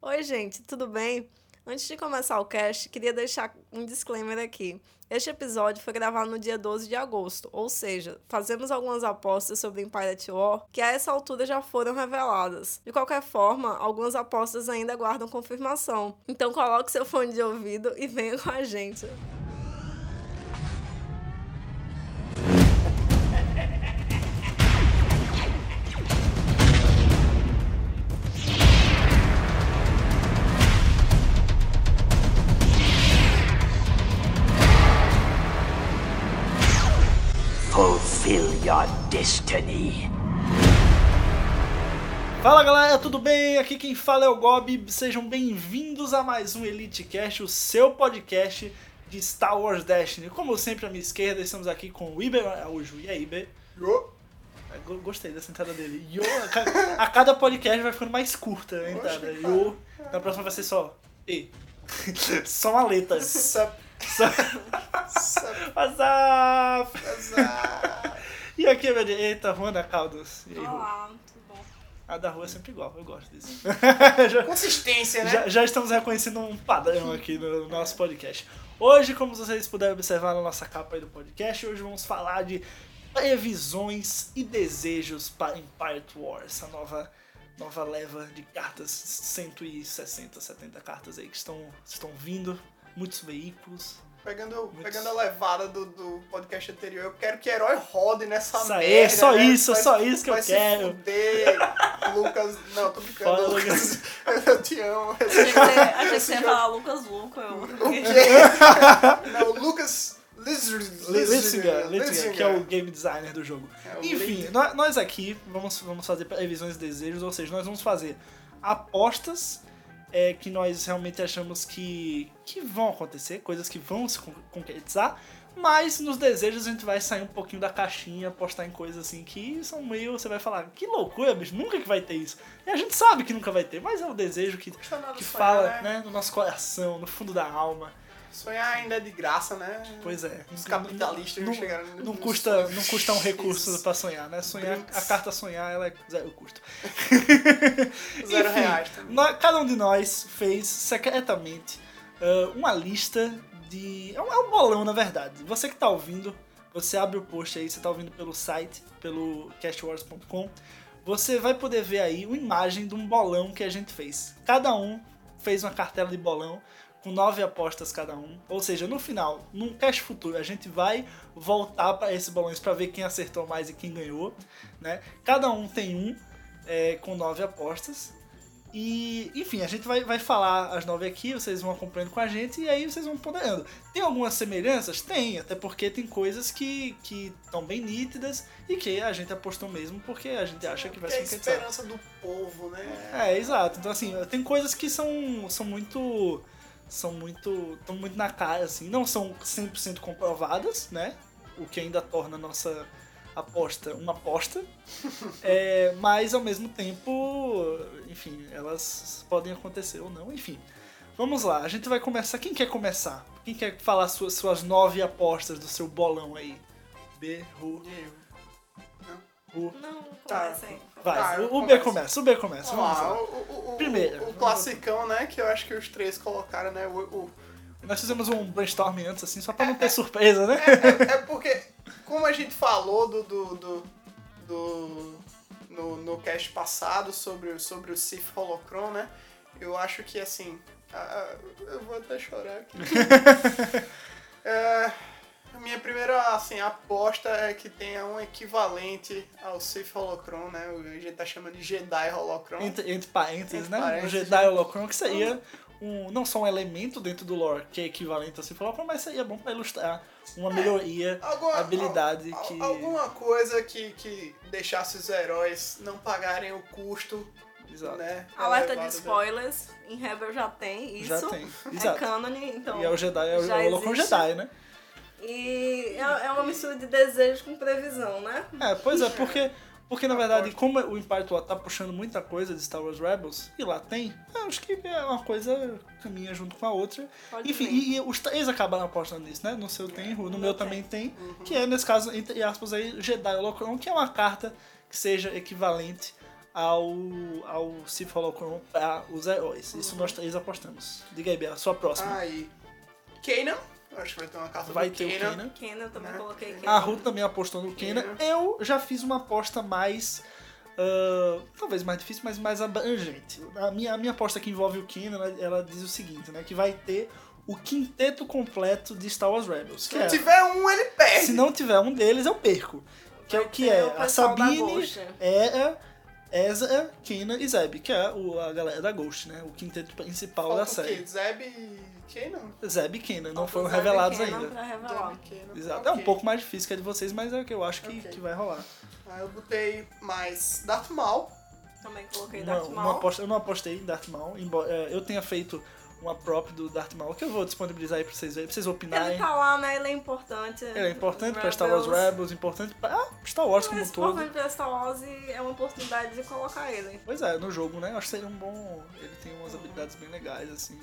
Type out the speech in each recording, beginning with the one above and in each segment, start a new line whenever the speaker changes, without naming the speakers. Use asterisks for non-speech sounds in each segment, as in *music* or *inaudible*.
Oi, gente, tudo bem? Antes de começar o cast, queria deixar um disclaimer aqui. Este episódio foi gravado no dia 12 de agosto, ou seja, fazemos algumas apostas sobre Pirate War que a essa altura já foram reveladas. De qualquer forma, algumas apostas ainda aguardam confirmação. Então coloque seu fone de ouvido e venha com a gente.
Fulfill your destiny.
Fala galera, tudo bem? Aqui quem fala é o Gob. Sejam bem-vindos a mais um Elite Cast, o seu podcast de Star Wars Destiny. Como sempre, à minha esquerda, estamos aqui com o Iber Araújo. E aí, Iber?
Yo,
Eu go- Gostei da sentada dele. Yo, a ca- a cada podcast vai ficando mais curta a entrada. Yo, na próxima vai ser só. E. *laughs* Só uma letra. Só.
sup,
WhatsApp!
sapazá.
*laughs* E aqui, é meu Deus. Eita, Ruanda Caldas. E aí, Ru?
Olá, tudo *laughs* bom?
A da rua é sempre igual, eu gosto
*laughs*
disso.
Consistência, né?
Já, já estamos reconhecendo um padrão aqui no nosso podcast. Hoje, como vocês puderam observar na nossa capa aí do podcast, hoje vamos falar de previsões e desejos para Empire War, essa nova, nova leva de cartas, 160, 70 cartas aí que estão, estão vindo, muitos veículos.
Pegando,
Muito.
pegando a levada do, do podcast anterior, eu quero que herói rode nessa
Isso
merda.
aí, só
né?
isso,
Vai-
só isso que eu
vai se
quero. *laughs*
Fuder. Lucas, não, tô brincando,
Fala,
Lucas. *laughs* Eu te amo.
Achei que você- achei que você ia falar Lucas
*laughs*
Louco. Eu...
Não, Lucas Lizard.
Litzinger, Litzinger, que é o game designer do jogo. Enfim, nó- nós aqui vamos, vamos fazer previsões e desejos, ou seja, nós vamos fazer apostas é, que nós realmente achamos que, que vão acontecer, coisas que vão se con- concretizar, mas nos desejos a gente vai sair um pouquinho da caixinha, apostar em coisas assim que são meio. Você vai falar, que loucura, bicho, nunca que vai ter isso. E a gente sabe que nunca vai ter, mas é um desejo que,
custa nada
que
sonhar,
fala
né?
né, no nosso coração, no fundo da alma.
Sonhar ainda é de graça, né?
Pois é.
Os capitalistas
não,
não chegaram
não,
no-
não
no-
custa Não custa um recurso
Isso.
pra sonhar, né? Sonhar, a carta sonhar, ela é zero custo.
*laughs* Zero
Enfim,
reais também.
nó- cada um de nós fez secretamente ah, uma lista de. É um, é um bolão, na verdade. Você que tá ouvindo, você abre o post aí, você tá ouvindo pelo site, pelo castwars.com, você vai poder ver aí uma imagem de um bolão que a gente fez. Cada um fez uma cartela de bolão com nove apostas cada um. Ou seja, no final, num cast futuro, a gente vai voltar para esses bolões para ver quem acertou mais e quem ganhou, né? Cada um tem um é, com nove apostas. E, enfim, a gente vai, vai falar as nove aqui, vocês vão acompanhando com a gente e aí vocês vão ponderando. Tem algumas semelhanças? Tem, até porque tem coisas que estão bem nítidas e que a gente apostou mesmo porque a gente acha que vai
Porque é
se
a
concretizar.
esperança do povo, né?
É, exato. Então, assim, tem coisas que são, são muito. São muito. estão muito na cara, assim. Não são 100% comprovadas, né? O que ainda torna a nossa aposta uma
*laughs*
aposta. É, mas, ao mesmo tempo, enfim, elas podem acontecer ou não, enfim. Vamos lá, a gente vai começar. Quem quer começar? Quem quer falar suas, suas nove apostas do seu bolão aí? B, Ru, Ru.
Não,
Tá.
começa aí.
Vai,
Tá, eu
o, o B
começo.
começa, o B começa.
Vamos
Vamos
lá,
lá.
o, o- o-
é Primeiro,
o
vamos-
classicão, né? Que eu acho que os três colocaram, né? O, o-
Nós fizemos um brainstorming antes, assim, só pra não ter surpresa, né?
É, é porque, como a gente falou do. do, do, do- no, no cast passado sobre, o- sobre o Sif Holocron, né? Eu acho que assim. a- a- eu vou até chorar aqui. É, a minha primeira assim, aposta é que tenha um equivalente ao Sif Holocron, né? A gente tá chamando de Jedi Holocron.
Entre, entre parênteses,
É. Entre
né? o
parênteses,
Jedi Holocron, que seria um, não só um elemento dentro do lore que é equivalente a Sif Holocron, mas seria bom pra ilustrar uma melhoria,
Alguma,
habilidade
al-
que...
Alguma coisa que, que deixasse os heróis não pagarem o custo,
Exato.
né?
Alerta
elevado
de
da-
spoilers, em Rebel já tem isso.
Já tem.
É
Exato.
cânone, então.
e é o Jedi, é o
já
Holocron
existe.
Jedi, né?
E é, é uma mistura de desejo com previsão, né?
É, pois é, porque, porque na verdade, como o Empire War tá puxando muita coisa de Star Wars Rebels, e lá tem, eu acho que é uma coisa caminha junto com a outra.
Pode
Enfim,
ver.
e, e os três acabaram apostando nisso, né? No seu tem, Ru, no, meu também tem, que é, nesse caso, entre aspas, aí, Jedi Holocron, que é uma carta que seja equivalente ao, ao Sif Holocron para os heróis. Isso nós três apostamos. Diga aí, Bela, sua próxima.
Aí. Kanan? Eu acho que vai ter uma carta
Vai
do
ter um o
Kanan.
Kenan.
Kenan, eu também
Né?
coloquei Kenan.
A Ruth também apostou no Kenan.
Kenan.
Eu já fiz uma aposta mais. ah, talvez mais difícil, mas mais abrangente. A minha, a minha aposta que envolve o Kenan, ela, ela diz o seguinte, né? Que vai ter o quinteto completo de Star Wars Rebels.
Se
que é-
não tiver um, ele perde.
se não tiver um deles, eu perco. Que é o que é
Vai ter É. o
a
pessoal da
Sabine,
Ghost.
Hera, Ezra, Kina e Zeb, que é o- a galera da Ghost, né? O quinteto principal
Falta
da
o
série.
quê? Zeb e Kanan?
Zeb e Kina, não
Falta
foram
o Zeb
revelados
e Kenan
ainda.
pra revelar.
Zeb e Kanan.
Exato.
Ok.
É um pouco mais difícil que a de vocês, mas é o que eu acho que,
Ok.
que vai rolar.
Aí eu botei mais Darth Maul.
Também coloquei
Uma,
Darth
uma
Maul.
aposta- eu não apostei em Darth Maul, embora é, eu tenha feito uma prop do Darth Maul, que eu vou disponibilizar aí pra vocês verem, pra vocês opinarem.
Ele tá lá, né? Ele é importante.
Ele é importante pra Star Wars Rebels, importante pra ah, Star Wars como
Ele é
um todo.
importante pra Star Wars e é uma oportunidade de colocar ele.
Pois é, no jogo, né? Eu acho que seria um bom. Ele tem umas habilidades bem legais, assim.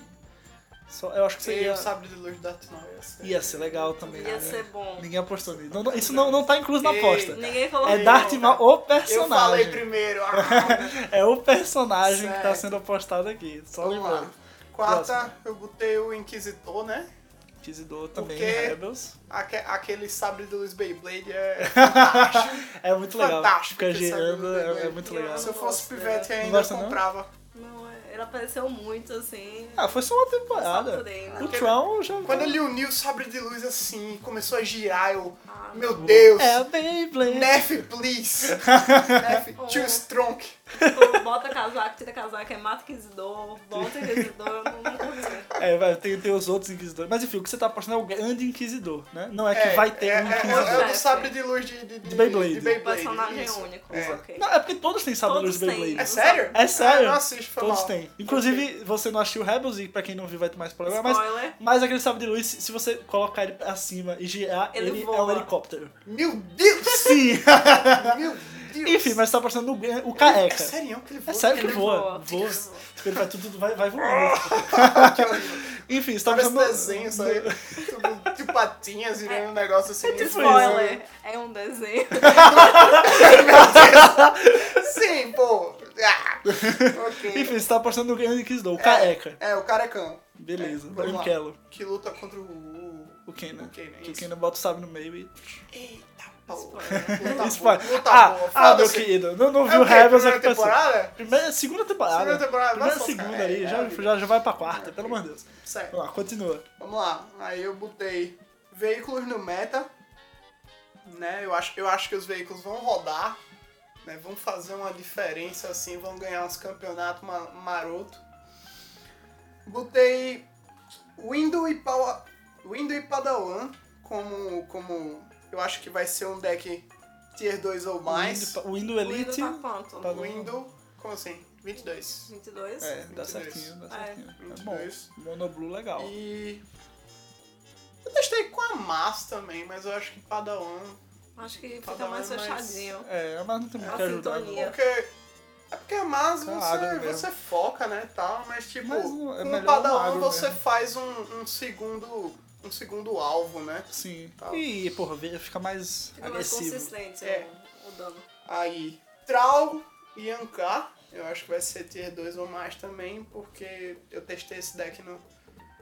Só, eu acho que
E
seria.
o Sabre de Luz de Darth Maul. é ia ser-
Ia ser legal também.
Ia
né?
ser bom.
Ninguém apostou nisso. Não, não- isso não, não tá incluso na
Ei,
aposta.
Ninguém colocou.
É Darth Maul, o
Eu falei
personagem.
primeiro. Ah,
É o personagem que tá
Certo.
sendo apostado aqui. *laughs* Só
vamos lá.
lembrando.
Quarta,
Próxima.
eu botei o Inquisitor, né?
Kizidou também,
Porque-
Rebels.
Aque- aquele Sabre de Luz Beyblade
*laughs*
é
É muito legal.
fantástico.
Fica
esse Sabre de Luz
girando, é, é
Beyblade.
muito legal.
Se eu fosse
Nossa,
pivete,
Não
ainda
gosta, não?
comprava.
Não, é- ele apareceu muito assim.
Ah, foi só uma
Só
temporada.
por aí, né?
O Tron já.
Quando ele uniu o Sabre de Luz assim, começou a girar, eu...
Ah,
Meu Deus!
É a Beyblade.
Nerf,
*laughs*
please! Nerf,
Oh.
too strong!
Tipo, bota casaco, tira casaco, é mata inquisidor, volta inquisidor, eu não, não
*laughs*
curti.
É, vai, tem, tem os outros inquisidores. Mas enfim, o que você tá apostando é o grande inquisidor, né? Não é que vai ter
é,
um
é,
inquisidor.
é o do sabre de luz de, de,
De Beyblade.
de Beyblade,
Personagem
isso.
um único,
É.
ok.
Não, é porque todos têm sabre
Todos
de Beyblade.
têm.
É sério?
É sério.
Ah, não assisto, foi
Todos
mal.
têm. Inclusive, você não assistiu Rebels, e pra quem não viu vai ter mais problema, mas,
Spoiler.
mas aquele sabre de luz, se você colocar ele pra cima e girar, ele,
Ele
é um
voa.
helicóptero.
Meu
*laughs*
Deus! *laughs*
Sim!
Meu Deus!
Enfim, mas você tá apostando no gran- o
É
careca.
sério que
É
ele voa?
sério que
Ele
voa.
voa.
Voa. Tipo,
Ele voa.
Ele vai tudo, vai, vai
*laughs*
voando. *laughs*
Que horrível.
Enfim, você tá
Sabe esse
apostando...
desenho,
*laughs*
sabe? Tudo de tipo, patinhas virando um negócio assim.
É de
isso.
spoiler, é um desenho.
Sim, pô!
*laughs*
Ah, ok.
Enfim, você tá apostando no grande inquisidor, o careca.
É, o carecão.
Beleza,
É, vamos lá.
branquelo.
Que luta contra o...
O Kenan.
O Kenan,
Que o
isso.
Kenan bota o sabre no meio e...
Eita, pô!
*laughs* Isso
boa,
foi-
luta
ah,
boa.
ah, meu
Foda-se.
querido, não, não
É
viu
o quê?
Rebels
Primeira
aqui passou.
temporada?
Primeira, segunda temporada.
Segunda temporada,
Primeira,
nossa,
segunda
cara,
aí,
é,
já,
é.
já, já vai pra quarta, pelo amor de Deus.
Certo.
Vamos lá, continua.
Vamos lá. Aí eu botei veículos no meta. Né? Eu, acho, eu acho que os veículos vão rodar. Né? Vão fazer uma diferença assim. Vão ganhar uns campeonatos ma- maroto. Botei Window e, Pawa, Window e Padawan como, como. Eu acho que vai ser um deck tier 2 ou mais.
O Windu- O Indo *laughs* Elite.
O Windows tá
então,
quanto?
Tá-
Window. Como assim? 22.
22?
É, dá
22.
certinho, dá
É.
certinho. É, bom.
22.
Monoblue legal.
E. Eu testei com a Massa também, mas eu acho que Padawan
Acho que
Tá
Cada
fica mais
vez mais-
fechadinho.
É, mas não tem muito o
a
que ajudar. não.
sintonia.
Porque. É porque a Mas
Tá
você,
agro mesmo.
você foca, né? Tal, mas tipo,
Mas não- é
com
melhor
o
um
Padawan
agro
você
mesmo.
faz um, um segundo. um segundo alvo, né?
Sim.
Tá.
E, porra, vê- fica mais
Fica mais
agressivo.
consistente
É.
o, o dano.
Aí, Trau e Ankar, eu acho que vai ser tier 2 ou mais também, porque eu testei esse deck no.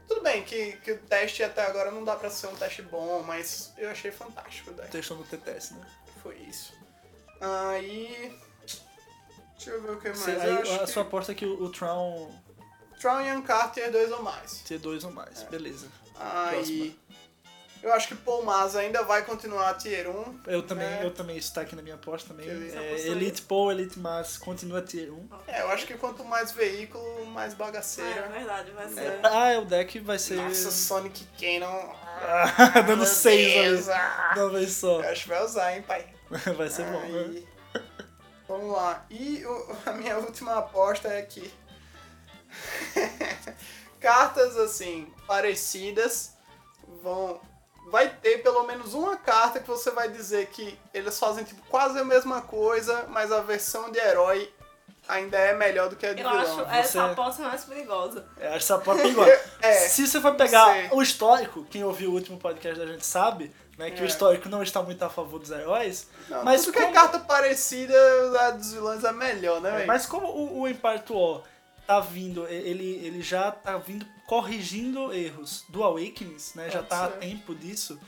Tudo bem que, que o teste até agora não dá pra ser um teste bom, mas eu achei fantástico o deck.
Testou no TTS, né?
Foi isso. Aí. Deixa eu ver o que mais.
Você-
eu
aí,
acho
a
que
sua aposta é que o, o Tron
Tron e Ankar tier 2 ou mais.
T2 ou mais.
É.
Beleza.
Aí.
Próxima.
Eu acho que Paul Mas ainda vai continuar tier 1.
Eu também,
É.
eu também, isso tá aqui na minha aposta também.
Beleza.
É,
Apostou
Elite Paul, Elite Mas, continua tier 1.
É, eu acho que quanto mais veículo, mais
Ah, é
né?
bagaceira.
verdade, vai ser.
*laughs* É, ah, é o deck vai ser.
Nossa,
*laughs*
Sonic Cannon.
Ah,
Meu
dando 6
Deus,
ali.
ah.
De uma vez só. *laughs*
Eu acho que vai usar, hein, pai.
Vai ser bom, né?
Aí, *laughs* Vamos lá. E o- a minha última aposta é que *laughs* cartas assim parecidas vão vai ter pelo menos uma carta que você vai dizer que eles fazem tipo quase a mesma coisa, mas a versão de herói ainda é melhor do que a de
Eu
vilão.
acho é, essa aposta mais perigosa.
Eu acho É, essa própria igual.
*laughs* É,
Se você for pegar
sei.
o histórico, quem ouviu o último podcast da gente sabe, né, que
É.
o histórico não está muito a favor dos heróis.
Não,
Mas
tudo que é
como-
carta parecida a dos vilões é melhor, né, velho?
Mas como o, o Empire to All tá vindo, e- ele, ele já tá vindo corrigindo erros do Awakenings, né? Já
Pode
tá a
ser.
tempo disso,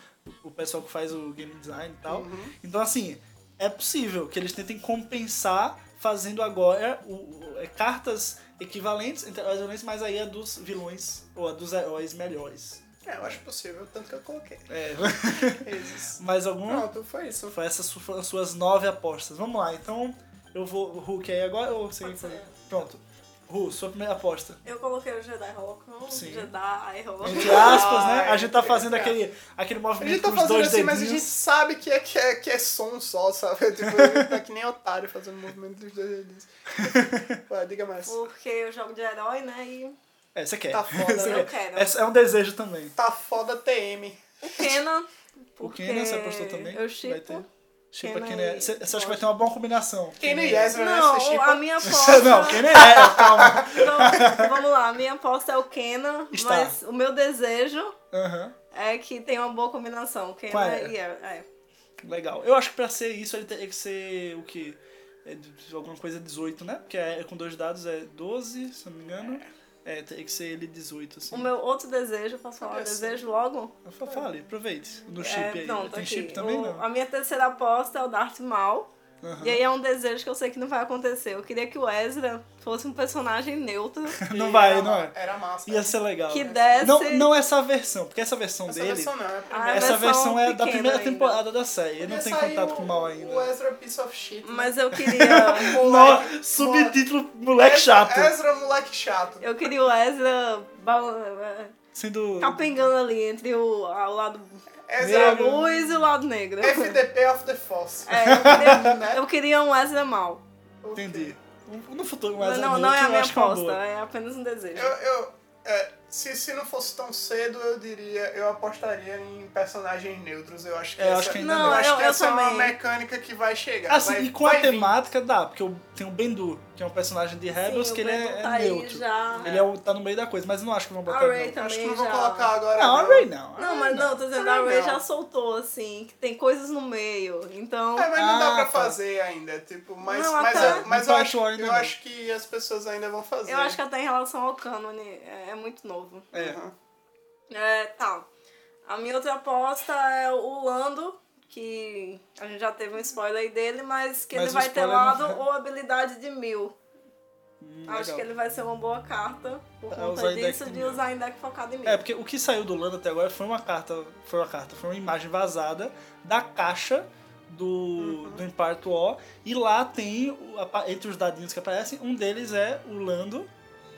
o- o pessoal que faz o game design e tal.
Uhum.
Então, assim, é possível que eles tentem compensar fazendo agora o- o- é, cartas equivalentes entre heróis violentes, mas aí a dos vilões ou a dos heróis melhores.
É, eu acho possível, tanto que eu
*laughs*
coloquei.
É,
Esses.
mais alguma?
Pronto, foi isso.
Foi essas su- foram as suas nove apostas. Vamos lá, então eu vou. Hulk aí agora ou você
Pode
quer fazer?
ser.
Pronto. Hu, sua primeira aposta.
Eu coloquei o Jedi Holocron,
Sim.
Jedi
*laughs*
Holocron.
Entre aspas, né? A
Ai,
gente tá
cara.
fazendo aquele, aquele
A
movimento
gente tá
com os
fazendo
dois
assim,
dedinhos.
mas a gente sabe que é, que é, que é som só, sabe? *laughs* Tipo, a gente tá que nem otário fazendo movimento dos dois
*laughs*
dedinhos. Vai, diga mais.
Porque eu jogo de herói, né? E
É, você quer.
Tá foda,
Você
né? eu
quer.
quero.
É, é um desejo também.
Tá foda TM.
o Kenan.
*laughs* O
porque
Kenner, você apostou também?
Eu
Vai ter.
chipo.
Chipa
Kenan
Kenner.
e-
Você você acha que vai ter uma boa combinação?
Quem não
Kenan-
Yesra, né?
é
Não,
Você
a
chipa-
*laughs*
minha aposta.
Não, Kenner é,
*laughs*
calma.
Não, *laughs* vamos lá, a minha aposta é o Kenan,
Está.
mas o meu desejo
Aham.
é que tenha uma boa combinação.
Qual
Kenan
é?
e é, é.
Legal. Eu acho que pra ser isso ele teria que ser o quê? É de- de alguma coisa 18, né? Porque é, com dois dados é 12, se eu não me engano. É, teria que ser ele 18, assim.
O meu outro desejo, posso falar o
Parece.
desejo logo?
Fa- Fale, aproveite. No é chip
É,
aí.
pronto,
Tem
aqui.
chip também,
O-
não?
A minha terceira aposta é o Darth Maul.
Aham.
E aí é um desejo que eu sei que não vai acontecer. Eu queria que o Ezra fosse um personagem
*laughs*
neutro
Não vai,
Era
não
ma-
é?
Era massa.
Ia ser legal.
que desse.
Não, não essa versão, porque essa versão
Essa
dele.
versão não, é a primeira.
Ah, é
essa
versão
versão é da
pequena
primeira
ainda.
temporada da série. Ele não tem
Ia sair
contato com o mal
O
ainda.
Ezra Piece of Shit. né?
Mas eu queria.
*laughs*
Moleque-
No, subtítulo moleque chato.
Ezra, moleque chato.
Eu queria o Ezra bal-
Sendo.
Tá capengando ali entre o, a- o lado da
Ezra,
Negro.
luz e o lado negro.
FDP of the Force.
É, eu queria, eu queria um Ezra mal.
Entendi. No futuro,
Mas
mas
não, não é a minha
acho que uma
aposta,
boa.
é apenas um desejo.
Eu, eu, é, se, se não fosse tão cedo, eu diria, eu apostaria em personagens neutros. Eu acho que
É, eu
essa,
acho que ainda
Não,
eu acho
eu-
que
eu
essa é uma
também.
mecânica que vai chegar.
Assim,
vai,
e com
vai
a
vir.
temática dá, porque eu tenho o Bendu, que é um personagem de Rebels,
Sim, o
que ele
Brandon
é,
tá
é
aí
neutro.
já.
Ele é o, tá no meio da coisa, mas eu não acho que vão botar.
A Ray
Não,
Acho que
também
não vou
já.
colocar agora.
não a Ray não.
Não, mas não, tô dizendo,
Ah,
a Ray
não.
já soltou, assim, que tem coisas no meio. Então,
É, mas não dá
Ah,
pra
tá.
fazer ainda, tipo, mas,
Não,
mas,
até-
eu, mas
Não
eu,
tá
acho,
atual ainda
eu
não.
acho que as pessoas ainda vão fazer.
eu acho que até em relação ao cânone é, é muito novo.
É.
Uhum.
É, tá. A minha outra aposta é o Lando, que a gente já teve um spoiler aí dele, mas que
Mas
ele
o
vai ter
spoiler não
lado
vai.
ou habilidade de mil.
Hum,
Acho
legal.
que ele vai ser uma boa carta por
É, usar
conta
em deck
disso
de
de
mil.
usar em deck focado em mil.
É, porque o que saiu do Lando até agora foi uma carta, foi uma carta, foi uma imagem vazada da caixa do,
Uhum.
do Empire to All, e lá tem, o- apa- entre os dadinhos que aparecem, um deles é o Lando,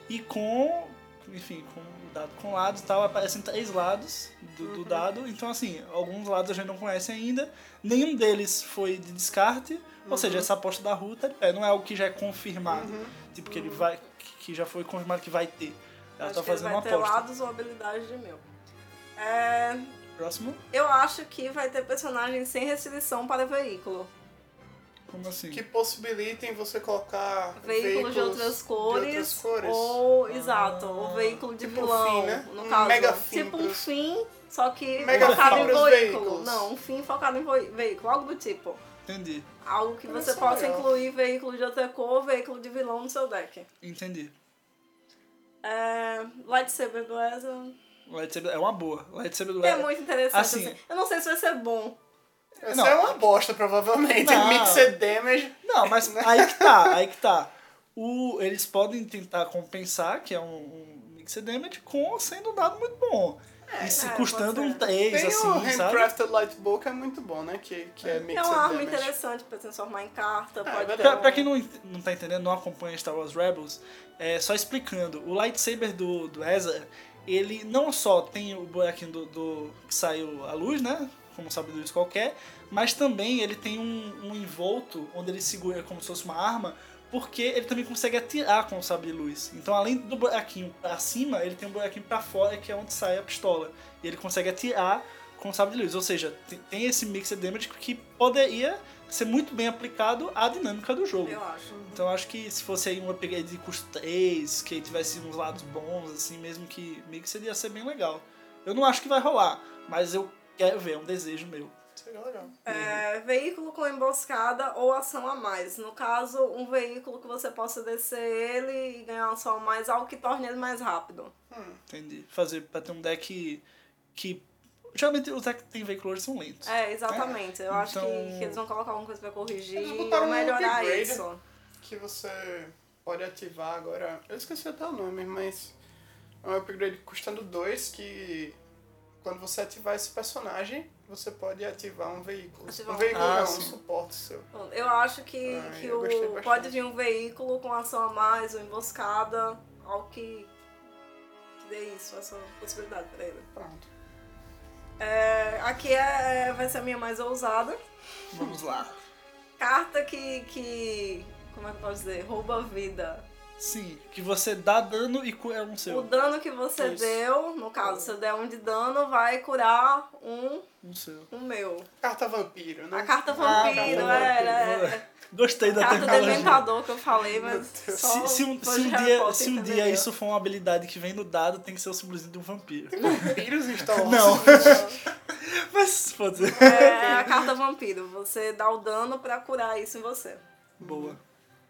e com, enfim, com o dado com lados e tal, aparecem três lados do,
Uhum.
do dado, então assim, alguns lados a gente não conhece ainda, nenhum deles foi de descarte, ou
Uhum.
seja, essa aposta da Ruta é, não é algo que já é confirmado,
Uhum.
Uhum.
tipo, que ele vai, que- que já foi confirmado que vai ter. Ela
acho
tá
que ele
fazendo
vai
uma
ter
aposta.
lados ou habilidade de mil. É,
Próximo?
eu acho que vai ter personagem sem restrição para veículo.
Como assim?
Que possibilitem você colocar
veículo
veículos
de outras cores,
de outras cores.
ou exato, ou veículo de
Tipo um
vilão,
fim, né?
no
Um
caso,
mega fim
tipo um
pros-
fim, só que
Mega
focado
fim
em
pros
veículo,
veículos.
não, um fim focado em voi- veículo, algo do tipo,
Entendi,
algo que
Olha
você
só,
possa
legal.
incluir veículo de outra cor, veículo de vilão no seu deck.
entendi.
É, lightsaber do Ezra
Lightsaber é uma boa. Lightsaber do
é muito interessante.
assim-
assim. Eu não sei se vai ser bom.
Essa
Não.
é uma bosta, provavelmente.
Não.
Mixed damage.
Não, mas aí que tá, aí que
*laughs*
tá. O, eles podem tentar compensar, que é um, um mixed damage, com sendo um dado muito bom. e se
é,
custando
pode
um
ser.
3,
Tem
assim,
o
sabe?
Handcrafted Light Book, é muito bom, né? Que, que é
é
mixed
uma arma
damage. É,
interessante pra transformar em carta, pode
verdade.
ter
Pra,
um-
pra quem não, ent- não tá entendendo, não acompanha Star Wars Rebels, é, só explicando, o lightsaber do, do Ezra, ele não só tem o buraquinho do, do- que saiu a luz, né? Como sabe luz qualquer, mas também ele tem um, um envolto onde ele segura como se fosse uma arma, porque ele também consegue atirar com o sabre de luz. Então, além do buraquinho pra cima, ele tem um buraquinho pra fora, que é onde sai a pistola. E ele consegue atirar com o sabre de luz. Ou seja, te- tem esse mixed damage que poderia ser muito bem aplicado à dinâmica do jogo.
eu acho.
Então acho que se fosse aí um upgrade de custo 3, que tivesse uns lados bons, assim, mesmo que mixed, ia ser bem legal. Eu não acho que vai rolar, mas eu quero ver, é um desejo meu.
Seria legal.
É, veículo com emboscada ou ação a mais. No caso, um veículo que você possa descer ele e ganhar uma ação a mais, algo que torne ele mais rápido.
Hum,
Entendi. Fazer pra ter um deck que. Geralmente os decks que tem veiculores são lentos.
É, exatamente. Eu acho
Então-
que, que eles vão colocar alguma coisa pra corrigir
Eles
ou
botaram um
melhorar
upgrade.
isso.
Que você pode ativar agora. Eu esqueci até o nome, mas. É um upgrade custando 2 que. Quando você ativar esse personagem, você pode ativar um veículo.
Ativar
um
um-
veículo
Ah,
não, um
sim.
suporte seu.
Bom, Eu acho que,
Ah,
que
eu gostei
o,
bastante.
pode vir um veículo com ação a mais, uma emboscada, algo que, que dê isso, essa possibilidade pra ele.
Pronto.
É, aqui é, vai ser a minha mais ousada.
Vamos lá.
Carta que, que. Como é que eu posso dizer? Rouba vida.
Sim, que você dá dano e cu- é um
O
seu.
dano que você
Isso. É.
deu, no caso, se eu der um de dano, vai curar um,
Um seu.
um meu.
Carta vampiro, né?
A carta é,
Ah,
vampiro,
caramba,
era.
que boa. Gostei da
Carta
tecnologia.
dementador que eu falei, mas.
Deus.
só
Se, se um,
fã
se um
de Harry
dia,
Potter
se um dia
entenderia.
isso for uma habilidade que vem no dado, tem que ser o símbolozinho de um vampiro.
*laughs* Vampiros estão.
Não. *laughs* Mas foda-se.
É a carta vampiro. Você dá o dano pra curar isso em você.
Boa.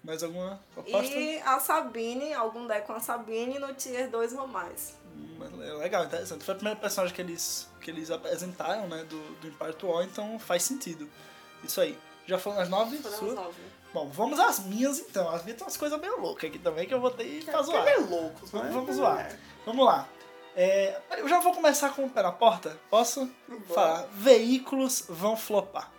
Mais alguma proposta?
E a Sabine, algum deck com a Sabine no tier 2 ou mais.
Hum, é Legal, interessante. Foi o primeiro personagem que eles, que eles apresentaram, né, do, do Empire to War, então faz sentido. Isso aí. Já foram as nove?
Foram
Sua?
as nove.
Bom, vamos às minhas então. As minhas tem umas coisas meio loucas aqui também que eu vou ter pra zoar.
Ele é louco, né?
Vamos zoar. Vamos lá. É, eu já vou começar com o pé na porta. Posso falar? Veículos vão flopar.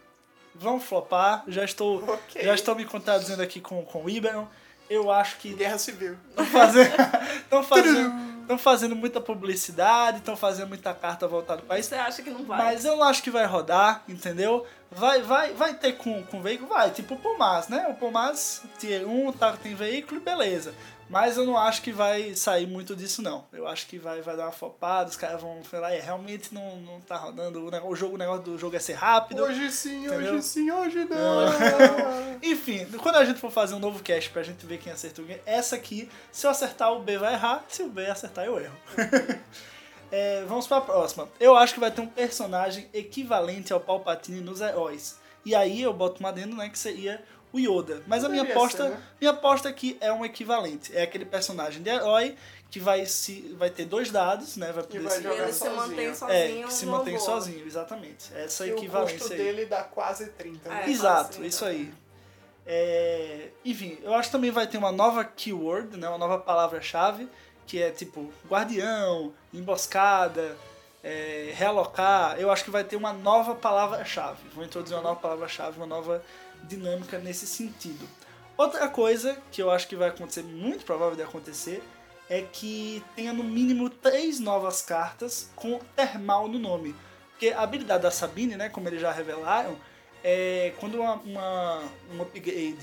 Vão flopar. Já estou,
Ok.
já estou me contradizendo aqui com, com o Iberon. Eu acho que
Guerra Civil.
estão *laughs* fazendo, estão fazendo, estão fazendo muita publicidade, estão fazendo muita carta voltada para isso.
Você acha que não vai?
Mas eu não acho que vai rodar, entendeu? Vai, vai, vai ter com, com veículo, vai, tipo o Pomaz, né? O Pomaz tier 1, tá, tem veículo, beleza. Mas eu não acho que vai sair muito disso, não. Eu acho que vai, vai dar uma fopada, os caras vão falar, é, realmente não, não tá rodando, o, nego- o jogo, o negócio do jogo é ser rápido.
Hoje sim,
Entendeu?
hoje sim, hoje não.
Enfim, quando a gente for fazer um novo cast pra gente ver quem acertou quem, essa aqui, se eu acertar, o B vai errar, se o B acertar, eu erro. *laughs* É, vamos pra próxima. Eu acho que vai ter um personagem equivalente ao Palpatine nos heróis. E aí eu boto uma adendo, né, que seria o Yoda. Mas a minha
Poderia
aposta,
ser, né?
minha aposta aqui é um equivalente. É aquele personagem de herói que vai se vai ter dois dados, né, vai poder
vai
se-
E
jogar
ele se
sozinho.
mantém
É,
sozinho.
é, que se
numa
mantém
boa.
sozinho, exatamente. Essa
E o
equivalência
custo
aí.
dele dá quase 30. né?
É,
Exato,
fácil,
isso
então.
aí. É, enfim, eu acho que também vai ter uma nova keyword, né, uma nova palavra-chave, que é tipo guardião, emboscada, é, realocar. Eu acho que vai ter uma nova palavra-chave. Vou introduzir uma nova palavra-chave, uma nova dinâmica nesse sentido. Outra coisa que eu acho que vai acontecer, muito provável de acontecer, é que tenha no mínimo três novas cartas com termal no nome. Porque a habilidade da Sabine, né, como eles já revelaram, é quando uma, uma, um upgrade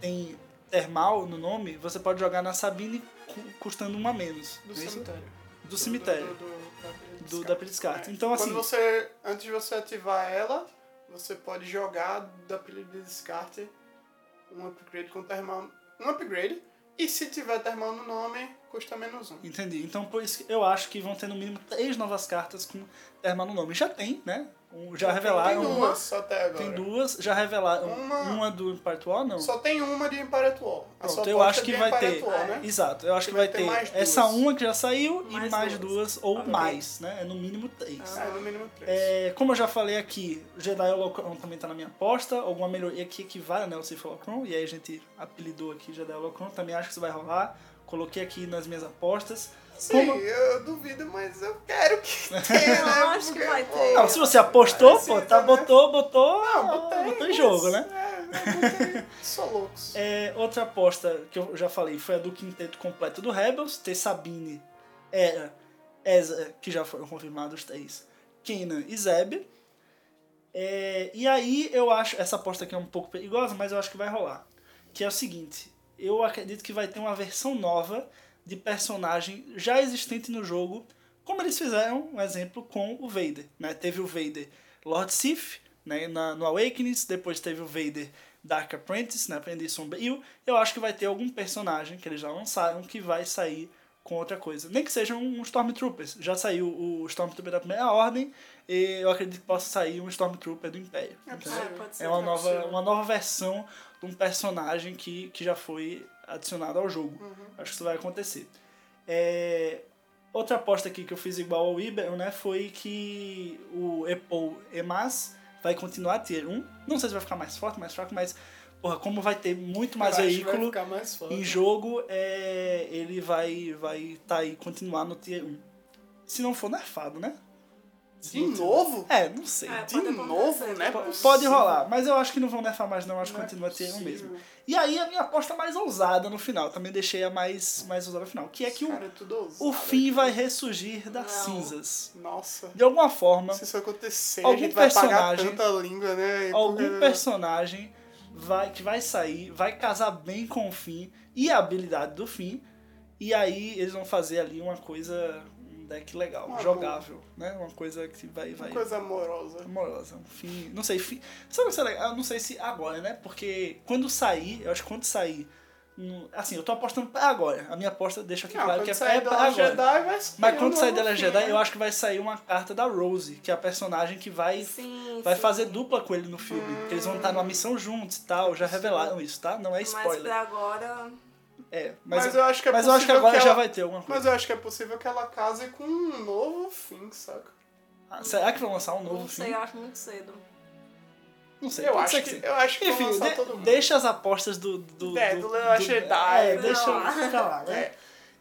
tem termal no nome, você pode jogar na Sabine cu- custando uma a menos.
Do
não é isso?
cemitério.
Do cemitério.
Do, do- da pilha de
Do,
descarte.
da Priscart.
É.
Então, assim,
Quando você, antes de você ativar ela, você pode jogar da pilha de descarte um upgrade com termal. Um upgrade. E se tiver termal no nome, custa menos um.
entendi. Então, por isso que eu acho que vão ter no mínimo três novas cartas com termal no nome. Já tem, né? Um- Já
Tem
revelaram.
duas só até agora.
Tem duas, já revelaram
Uma-
uma, do Impacto War, não?
Só tem uma de Empire War. A sua
Pronto, eu
aposta
acho
é
que
de
vai
Empire
ter.
War, né?
Exato, eu acho
Que
que
vai
vai
ter
ter
mais duas.
essa uma que já saiu e
Mais
mais
duas.
duas, ou
ok.
mais, né? É no mínimo três.
É, no mínimo três.
É, como eu já falei aqui, o Jedi Holocron também tá na minha aposta. Alguma melhoria que equivale né, ao Sif Holocron. E aí a gente apelidou aqui Jedi Holocron. Também acho que isso vai rolar. Coloquei aqui nas minhas apostas.
Sim,
Como-
eu duvido, mas eu quero que *laughs* tenha, né?
Eu acho que
Porque,
vai
pô,
ter.
Não, se você apostou,
Parece,
pô, tá,
né?
botou, botou,
Não, botei,
botou em
mas-
jogo, né?
É, eu botei. Sou loucos.
É, outra aposta que eu já falei foi a do quinteto completo do Rebels. Ter Sabine, Era, Ezra, que já foram confirmados três, Kenan e Zeb. É, e aí eu acho, essa aposta aqui é um pouco perigosa, mas eu acho que vai rolar. Que é o seguinte, eu acredito que vai ter uma versão nova de personagem já existente no jogo, como eles fizeram, um exemplo, com o Vader. Né? Teve o Vader Lord Sith né? Na, no Awakens, depois teve o Vader Dark Apprentice, né? Aprendiz Sombrio. Eu acho que vai ter algum personagem que eles já lançaram que vai sair com outra coisa. Nem que sejam um Stormtroopers. Já saiu o Stormtrooper da Primeira Ordem e eu acredito que possa sair um Stormtrooper do Império. entendeu?
possível.
pode ser.
É uma
não
nova,
possível.
uma nova versão de um personagem que, que já foi adicionado ao jogo.
Uhum.
Acho que isso vai acontecer. É, outra aposta aqui que eu fiz igual ao Iberon, né? Foi que o Apple Emas vai continuar a ter um. Não sei se vai ficar mais forte, mais fraco, mas porra, como vai ter muito mais
Eu acho que vai
veículo
ficar mais foda.
em jogo, é, ele vai vai tá aí continuar no tier 1. Se não for nerfado, né?
De novo?
É, não sei.
É,
De
Pode
novo,
acontecer,
né?
pode-
Possível.
Pode rolar, mas eu acho que não vão nerfar mais não, acho que
Não é
continua tendo o
possível.
mesmo. E aí a minha aposta mais ousada no final, também deixei a mais, mais ousada no final, que é que o,
Cara, tudo ousado.
o fim vai ressurgir das
Não.
cinzas.
Nossa.
De alguma forma,
Se isso acontecer,
Algum
a gente vai pagar
personagem-
tanta língua, né? E-
algum personagem vai que vai sair, vai casar bem com o fim e a habilidade do fim, e aí eles vão fazer ali uma coisa, um deck legal,
Uma
jogável, né? Uma coisa que vai vai
Ah, Uma coisa amorosa.
amorosa, um fim, não sei, fim, sabe o que é legal? Eu não sei se agora, né? Porque quando sair, eu acho que quando sair, hum, assim, eu tô apostando pra agora. A minha aposta deixa aqui
Não,
claro
Ah, quando
que é pra,
sair
é
da
pra agora.
Jedi, vai ser
Mas
um
quando sair
novo
dela
fim,
Jedi,
né?
eu acho que vai sair uma carta da Rose, que é a personagem que vai
Sim,
vai
sim.
fazer dupla com ele no filme. Porque eles vão estar numa missão juntos e tal, já revelaram isso, tá? Não é
Mas
spoiler.
pra agora.
É, mas,
Mas, eu acho que é
mas eu acho que
possível
agora já
ela-
vai ter alguma coisa.
Mas eu acho que é possível que ela case com um novo fim, saca?
Ah, Será que vão lançar um novo
Não
filme?
sei, eu acho muito cedo.
Não sei,
Eu
pode
acho
ser
que,
sim.
eu acho que vão
Enfim,
lançar
de-
todo mundo.
deixa as apostas do. do
É, do Leo Jedi,
É,
do-
deixa
Não.
pra lá, né?
É.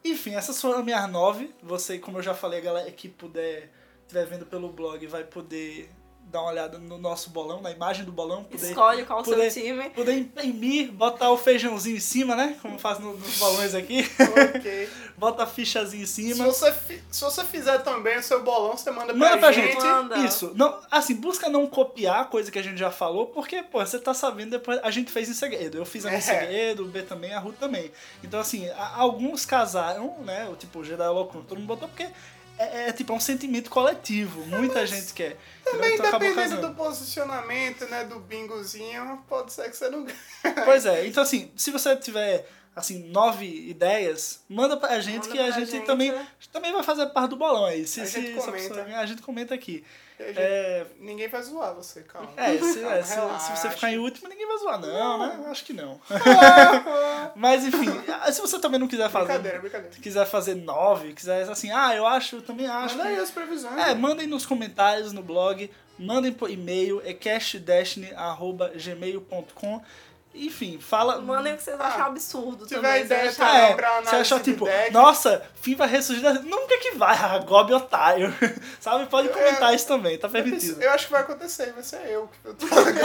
Enfim, essas foram as minhas nove. Você, como eu já falei, a galera que puder, estiver vendo pelo blog, vai poder dar uma olhada no nosso bolão, na imagem do bolão, poder,
Escolhe qual o seu
poder-
time.
poder imprimir, botar o feijãozinho em cima, né? Como faz no- nos balões aqui. *laughs*
Ok.
Bota a fichazinha em
Se
cima.
você, fi- se você fizer também o seu bolão, você manda pra
Manda pra
gente.
gente.
Manda.
Isso. Não, assim, busca não copiar a coisa que a gente já falou, porque, pô, você tá sabendo depois. A gente fez em segredo. Eu fiz a minha em
É.
segredo, o B também, a Ru também. Então, assim, a- alguns casaram, né? O tipo, o Jedi Locum, todo mundo botou, porque é, é, tipo é um sentimento coletivo. Muita gente quer.
Também
então acabou
dependendo
casando.
do posicionamento, né? Do bingozinho, pode ser que você não *laughs* ganhe.
Pois é, então assim, se você tiver assim, nove ideias, manda pra
Manda
gente que a
pra
gente,
gente,
também,
né?
também vai fazer parte do bolão aí. Se,
A
se,
gente
se a pessoa
comenta.
ganhar, a gente comenta aqui.
E a gente-
É,
Ninguém vai zoar você, calma.
É, se,
Calma,
é, se-
*laughs*
se
relaxa.
você ficar em último, ninguém vai zoar, não, né? Acho que não. Mas enfim, *laughs* se você também não quiser
Brincadeira,
fazer.
brincadeira.
Quiser fazer nove, quiser assim, ah, eu acho, eu também acho.
Manda aí
que-
as previsões.
É, mandem nos comentários, no blog, mandem por e-mail, é cashdestiny.gmail.com. Enfim, fala.
Mandem o que vocês acham absurdo.
Ah, Se
também,
tiver ideia,
vocês
tá
acham-
É,
pra análise
você achou
de
tipo,
deck.
nossa, fim vai ressurgir da... Nunca que vai, *laughs* ah, gobe otário. Sabe? Pode comentar isso também, tá permitido.
Eu acho que vai acontecer, vai ser eu que eu tô *laughs* Eu
*laughs*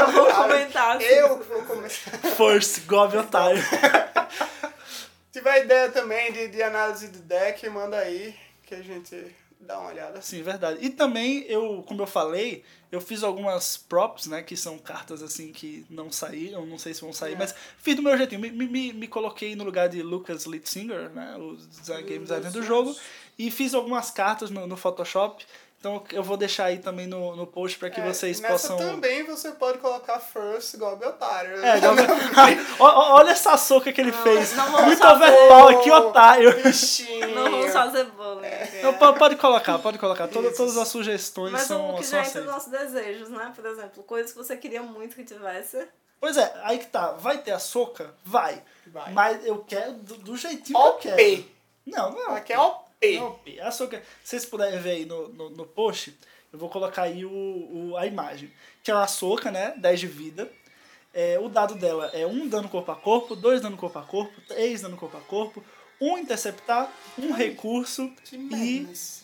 Eu vou comentar. assim.
Eu que vou começar.
First, gobe otário.
Se tiver ideia também de, de análise de deck, manda aí que a gente dá uma olhada.
Sim, verdade. E também eu, como eu falei, eu fiz algumas props, né? Que são cartas assim que não saíram, não sei se vão sair,
É.
mas fiz do meu jeitinho. Me, me- me, me coloquei no lugar de Lucas Litzinger, né? O design, game designer do jogo. E fiz algumas cartas no, no Photoshop. Então eu vou deixar aí também no, no post para que
É,
vocês
nessa
possam.
também você pode colocar first Gob Otário.
É,
*laughs*
dá uma- *laughs* Ó- ó- olha essa soca que ele fez.
não vamos
Muito
fazer.
overpower, que otário.
*laughs* Bichinho.
Não vamos fazer bullying.
É.
Não, po- pode colocar, pode colocar. Toda- todas as sugestões
É. Mas
são,
o que
são
já entra nos
aceitas.
nossos desejos, né? Por exemplo, coisas que você queria muito que tivesse.
Pois é, aí que tá. Vai ter a soca? Vai.
Vai.
Mas eu quero do, do jeitinho que eu quero.
OP.
Não, não.
Ela
é
quer OP.
Não, é OP. A soca, se vocês puderem ver aí no, no, no post, eu vou colocar aí o, o- a imagem. Que é a soca, né? 10 de vida. É, o dado dela é um dano corpo a corpo, dois dano corpo a corpo, três dano corpo a corpo, um interceptar, um recurso
Que
e. é,
madness.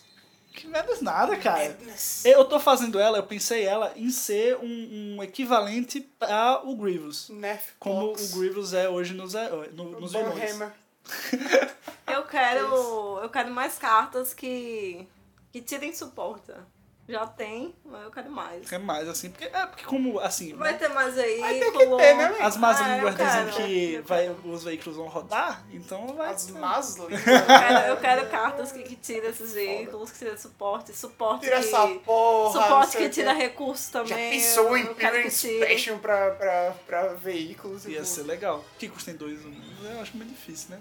Que menos nada, cara.
Madness.
Eu tô fazendo ela, eu pensei ela em ser um, um equivalente para o Grievous.
Nerf
Como
Box.
o Grievous é hoje nos, heró- no, nos vilões.
Warhammer.
Eu quero. Eu quero mais cartas que. que tirem suporte. Já tem, mas eu quero mais.
É mais assim, porque é porque como assim,
Vai ter mais aí,
Vai ter que
colou.
ter, né, amigo?
as más
Ah, eu
línguas
quero,
dizem que
eu
vai,
quero.
os veículos vão rodar, então vai.
*laughs*
As más línguas.
Eu quero, eu quero cartas que, que tiram esses veículos, que tiram suporte, suporte
Tira
que...
essa porra. não
suporte
sei
que
o quê.
tira recurso também.
Já pensou em
eu quero que
Imperial
tire.
Inspection pra, pra, pra veículos?
Ia
tipo,
ser legal. Que custem dois, um. eu acho muito difícil, né?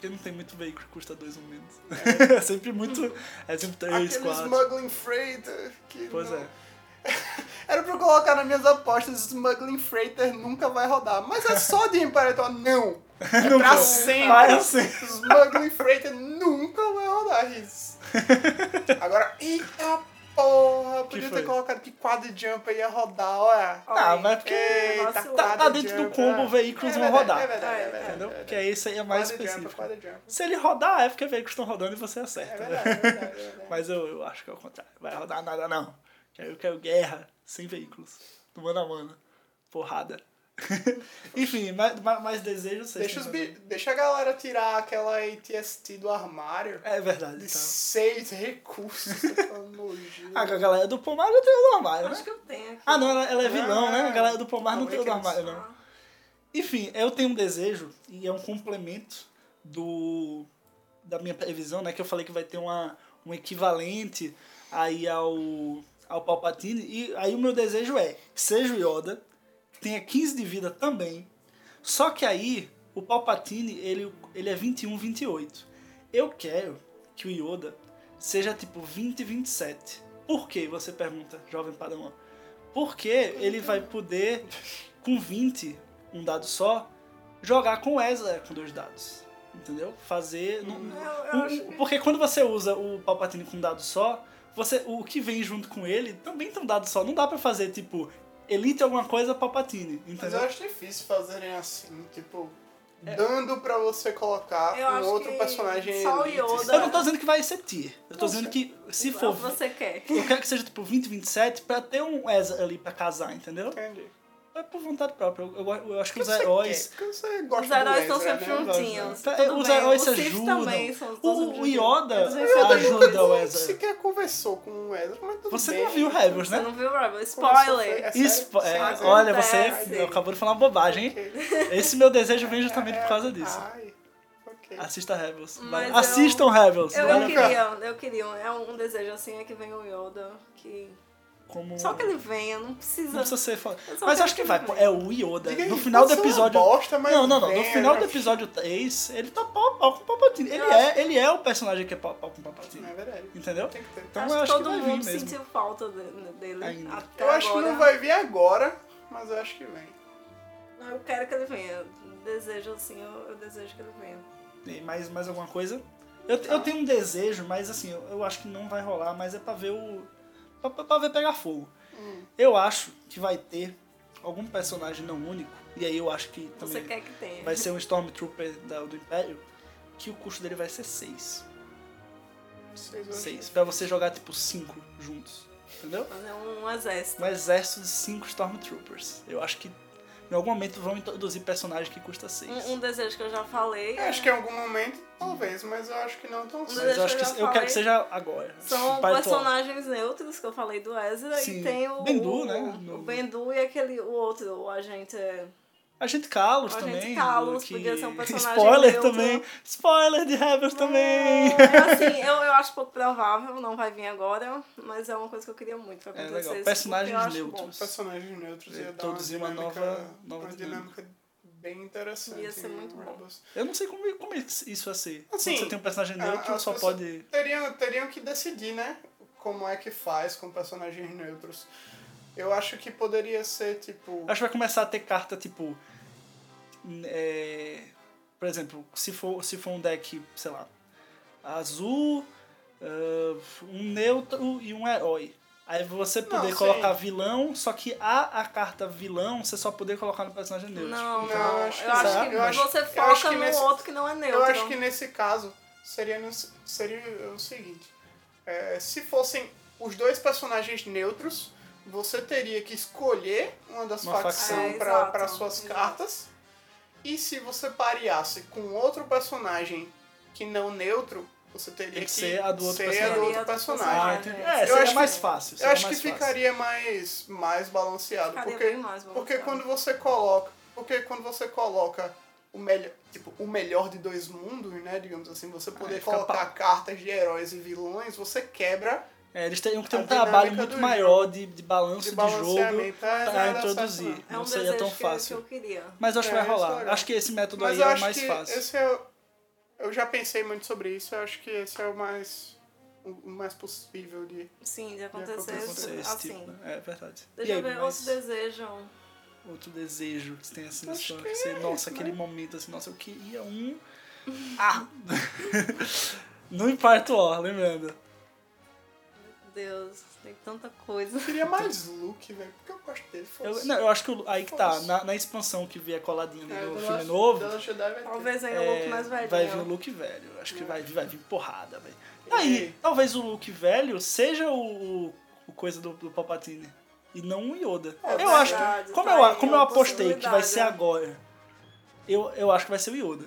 Porque não tem muito veículo que custa dois ou menos. *laughs* É sempre muito. É sempre três,
Aquele
quatro.
smuggling freighter que.
Pois *laughs*
não-
é.
Era pra eu colocar nas minhas apostas, smuggling freighter nunca vai rodar. Mas é só de Imperator, não! É pra
vou.
sempre!
Para sempre.
Smuggling freighter nunca vai rodar
*laughs*
isso. Agora, eita porra, podia
foi?
ter colocado que quadro jump ia rodar, olha.
Ah, mas porque
Eita,
Nossa,
tá, tá
quadro
dentro do
jump,
combo,
é.
veículos
É
vão
verdade,
rodar.
É verdade, é verdade.
Entendeu?
é
Porque
verdade.
aí isso aí é mais
Quadro jump,
específico.
quadro jump.
Se ele rodar, é porque veículos estão rodando e você acerta. né?
É
*laughs*
verdade, é verdade, é verdade.
Mas eu, eu acho que é o contrário. Vai rodar nada, não. Eu quero guerra sem veículos. Do mano a mano. Porrada. *laughs* Enfim, mais, mais, mais desejos vocês
Deixa, os
têm
bi- deixa a galera tirar aquela ATST do armário.
É verdade.
De
tá.
seis recursos. você tá nojento.
*laughs* Ah, a galera do Pomar não tem o do armário,
Acho
né?
que eu tenho aqui.
Ah, não, ela, ela é vilão, né? A galera do Pomar não
Como é
tem o
que
do
eles-
armário, não. Enfim, eu tenho um desejo, e é um complemento do da minha previsão, né? Que eu falei que vai ter uma, um equivalente aí ao, ao Palpatine. E aí o meu desejo é que seja o Yoda, que tenha 15 de vida também. Só que aí o Palpatine, ele, ele é 21, 28. Eu quero que o Yoda seja tipo 20, 27. Por que? Você pergunta, jovem padawan. Porque ele vai poder, com 20, um dado só, jogar com o Ezra com dois dados. Entendeu? Fazer. não- não-
Eu- eu acho que-
porque quando você usa o Palpatine com um dado só, você, o que vem junto com ele também tem um dado só. Não dá pra fazer, tipo, Elite alguma coisa, Palpatine.
Mas eu
Entendeu?
acho difícil fazerem assim, tipo, dando pra você colocar
É. Eu
um
acho
outro
que
personagem
só o
elite.
Yoda.
sabe?
*laughs*
Eu não tô dizendo que vai ser tier. Eu tô dizendo que se
Qual
for.
você quer?
Eu quero que seja tipo 20, 27 pra ter um Ezra ali pra casar, entendeu?
Entendi.
É por vontade própria. Eu, eu- eu acho que os
Você quer,
heróis.
porque você gosta
Os heróis
do
estão
Ezra,
sempre
né?
juntinhos.
Tá,
Tudo
os
bem.
heróis
O
se
Sith
ajudam.
também são os dois
O, o Yoda
Eles ajudam.
ajuda o
Você
Ezra.
sequer conversou com o Ezra, mas tudo
Você
bem.
não viu Rebels,
Você
né?
não viu, Rebel?
Conversou, foi-
Spoiler!
é sério?
Isso, é,
Sim, mas
olha,
acontece.
você é, acabou de falar uma bobagem, hein? Esse meu desejo vem *laughs* justamente por causa disso.
É,
Assim,
Ai, ok.
Assista Rebels.
Ah, Mas
Vale.
eu-
Assistam Rebels.
Eu,
vale a
eu
pena.
queria, eu queria. É um desejo assim, é que venha o Yoda. Que...
Como...
Só que ele venha, não precisa.
Não precisa ser foda.
Eu só
Mas
quero
acho que
que
vai.
ele
pô,
venha.
É o Yoda.
Diga aí,
No final do
pode ser uma
episódio.
bosta, mas
não, não, não. No
venha,
final
né?
do episódio 3, ele tá pau a pau com o Palpatine. Ele
Eu acho
é, ele é o personagem que é pau a pau com o Palpatine.
É verdade.
Entendeu?
Tem que ter.
Então
acho
eu
que
acho que
todo
vai vir
mundo
mesmo.
sentiu falta de- dele.
Ainda.
Até
Eu acho que
agora.
não vai vir agora, mas eu acho que vem.
Não, Eu quero que ele venha. Desejo assim, eu, eu desejo que ele venha.
Tem mais, mais alguma coisa? Eu, te- eu tenho um desejo, mas assim, eu, eu acho que não vai rolar, mas é pra ver o. pra, pra- pra ver pegar fogo.
Hum.
Eu acho que vai ter algum personagem não único, e aí eu acho que
Você
também
quer que tenha.
vai ser um Stormtrooper da- do Império, que o custo dele vai ser 6.
Vocês vão-
6. Pra você jogar tipo 5 juntos. Entendeu?
Fazer um exército.
Um exército de 5 Stormtroopers. Eu acho que em algum momento vão introduzir personagem que custa 6.
Um, um desejo que eu já falei.
É,
é,
Eu Acho que em algum momento, talvez, mas eu acho que não tão cedo.
Mas eu acho que
eu já
eu, quero
falei.
que seja agora. *laughs*
São
Pai atual.
personagens neutros que eu falei do Ezra
Sim.
e tem o.
Bendu,
o-
né?
O
No-
Bendu e aquele o outro, o agente. É,
A gente Carlos
O Agente
também.
Carlos
que-
podia ser
*laughs*
um personagem
Spoiler
neutro.
também. Spoiler de Rebels também.
É, assim, eu, eu acho pouco provável, não vai vir agora, mas é uma coisa que eu queria muito que
É
acontecesse.
legal.
porque eu
Personagens
acho
neutros.
personagens neutros
É,
ia dar
produzir uma
uma, dinâmica,
nova- nova
uma
dinâmica.
dinâmica bem interessante.
Ia ser
em
muito bom.
Rebels.
Eu não sei como, como é que isso ia ser.
Assim,
Quando você tem um personagem
é,
a-
neutro,
as
só
pessoas-
pode.
Teriam, teriam que decidir, né? Como é que faz com personagens neutros. Eu acho que poderia ser, tipo...
Acho que vai começar a ter carta tipo. é, Por exemplo, se for, se for um deck, sei lá, azul, ah, um neutro e um herói. Aí você
Não,
poder
sim.
colocar vilão, só que a, a carta vilão você só poder colocar no personagem neutro.
Não,
Não,
não.
acho
eu
que
acho
não.
que
Eu acho-
você
eu
foca
acho que
no
nesse-
outro que não é neutro.
Eu acho que nesse caso seria, no- seria o seguinte: é, se fossem os dois personagens neutros, você teria que escolher uma das
Uma
facções
facção. É,
para
exato,
para suas
exato.
cartas. E se você pareasse com outro personagem que não neutro, você teria
Tem
que,
que ser a do outro
ser
personagem.
do
Seria a do
outro
Ah,
personagem.
personagem.
entendi.
Eu
É,
acho
seria
que-
mais fácil.
Eu
seria
acho que
mais fácil.
ficaria mais, mais balanceado.
Ficaria
porque,
bem mais balanceado.
Porque quando você coloca. Porque quando você coloca o melhor, tipo, o melhor de dois mundos, né? Digamos assim, você poder
fica
colocar
pau.
cartas de heróis e vilões, você quebra
É, eles teriam que ter
A
um trabalho
dinâmica
muito
do
maior de, de balanço de,
de
jogo
balanceamento. É,
pra
vai dar
introduzir.
certo,
É
não
um
seria
desejo
tão
que-
fácil.
que eu queria.
Mas eu acho que
É,
vai rolar.
isso é legal.
Acho que esse
não.
método
Mas
aí
eu
é o
acho
mais
que
fácil.
esse é o- Eu já pensei muito sobre isso, eu acho que esse é o mais, o mais possível de.
Sim, de
acontecer
acontecer,
Acontecer
isso,
É, esse
assim.
tipo, né? É verdade.
Deixa
E aí,
eu ver,
mas
outros desejam.
outro desejo que você tem assim na
Acho
sua.
que
que você-
é
nossa,
isso,
aquele momento assim, nossa, eu queria um. Ah! no Impacto War, lembrando.
Deus, tem tanta coisa.
Eu queria mais Luke, velho, porque eu gosto dele.
Eu,
foda-se.
não, eu acho que o- aí que tá,
Nossa.
na, na expansão que vier coladinha
É,
no
The
filme
Last-
novo.
The Last Jedi vai ter.
Talvez venha
é,
o look mais velho. né?
vai vir o look velho. Acho que vai, vai vir porrada, velho. Aí,
É.
talvez o look velho seja o, o- o coisa do, do Palpatine. E não o Yoda. eu
verdade,
acho que. Como
tá
eu,
aí
como eu
uma
apostei que vai
possibilidade,
ser
né?
agora, eu, eu acho que vai ser o Yoda.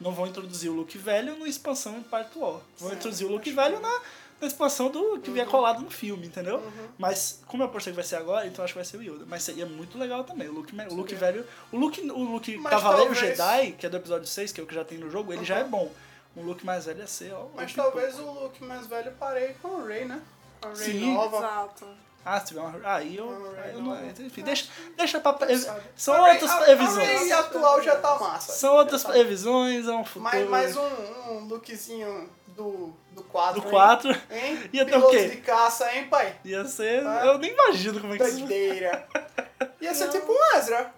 Não vão introduzir o look velho na expansão em Part War. Vão introduzir o look velho na, na expansão do que
Uhum.
vier colado no filme, entendeu? Mas como eu apostei que vai ser agora, então acho que vai ser o Yoda. Mas seria muito legal também. O look, o look velho. O look, o look
Mas
Cavaleiro
talvez- Uhum.
Jedi, que é do episódio 6, que é o que já tem no jogo, ele já é bom. Um look mais velho ia ser, ó.
Mas
look
talvez
pouco.
o Luke mais velho parei com o Rey, né? Com a Rey
Sim.
nova.
Exato.
Ah, se tiver uma. Aí eu.
Alright,
Aí eu não...
alright.
Enfim, deixa, deixa pra.
sabe.
São
A é. Rey- é.
outras
a- A Rey
previsões.
atual já tá massa.
São outras previsões, é um futuro.
Mais, mais um, um lookzinho do, do 4.
Do 4.
Hein?
Ia ter o
Piloto
quê?
de caça, hein, pai?
Ia ser.
Ah.
Eu nem imagino como é que isso. *laughs*
Doideira. Ia ser tipo um Ezra.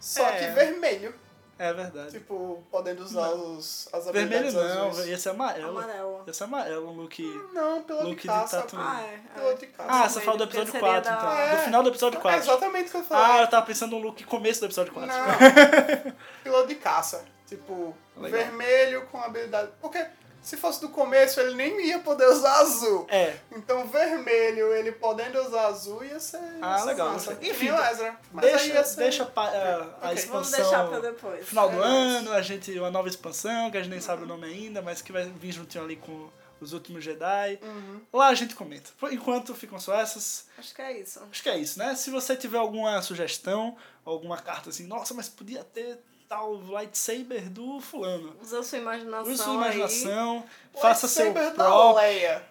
Só
É.
que vermelho.
É verdade.
Tipo, podendo usar os, as
Vermelho
habilidades
não,
azuis.
ia ser amarelo.
Amarelo.
Ia ser amarelo um look.
Não, piloto
Look
de
de
caça.
tatu.
pô.
Ah, é.
Piloto de caça.
Ah, você
vermelho,
fala do
porque
episódio
seria
4,
da-
então.
É.
Do final do episódio
É
4.
exatamente o que eu
Ah,
falei.
eu tava pensando no look começo do episódio 4.
não.
*laughs*
piloto de caça. Tipo,
Legal.
vermelho com habilidade. Porque se fosse do começo, ele nem ia poder usar azul.
É,
Então, vermelho, ele podendo usar azul, ia ser.
Ah,
ia ser
legal,
Massa.
gostei. Enfim,
Enfim, o Ezra. Mas aí
deixa,
ia ser...
deixa pa- é, a, a
Ok.
Vamos
expansão.
deixar pra depois.
Final do
É verdade.
ano, a gente. Uma nova expansão, que a gente nem sabe o nome ainda, mas que vai vir juntinho ali com os últimos Jedi.
Uhum.
Lá a gente comenta. Por enquanto ficam só essas.
Acho que é isso.
Acho que é isso, né? Se você tiver alguma sugestão, alguma carta assim, nossa, mas podia ter tal lightsaber do fulano.
Usa sua imaginação.
Use sua
aí.
imaginação, faça seu
Lightsaber da
próprio.
Leia.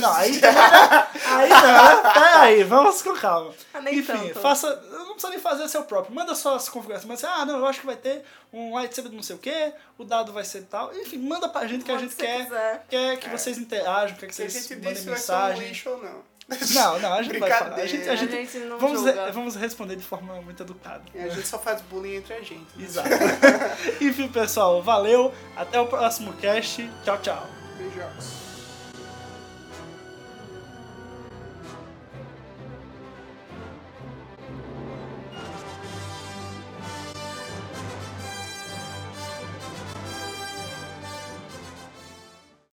*laughs*
não, aí também não. Aí não, né? peraí, vamos com calma.
Ah, nem
Enfim,
tanto.
faça. Não precisa nem fazer seu próprio. Manda só as configurações. Manda assim, ah, não, eu acho que vai ter um lightsaber de não sei o quê, o dado vai ser tal. Enfim, manda pra gente que a
Quando
gente
você
quer.
quiser.
Quer que vocês interajam, quer que
Se É. a
vocês
gente
mandem
disse vai ser um
mensagem.
lixo ou não.
Não, não, a gente vai falar. A gente,
Brincadeira.
a gente,
A gente não
vamos,
julga.
re- vamos responder de forma muito educada.
A gente só faz bullying entre a gente.
Exato. *laughs*
né?
Enfim, pessoal, valeu. Até o próximo cast. Tchau, tchau.
Beijão.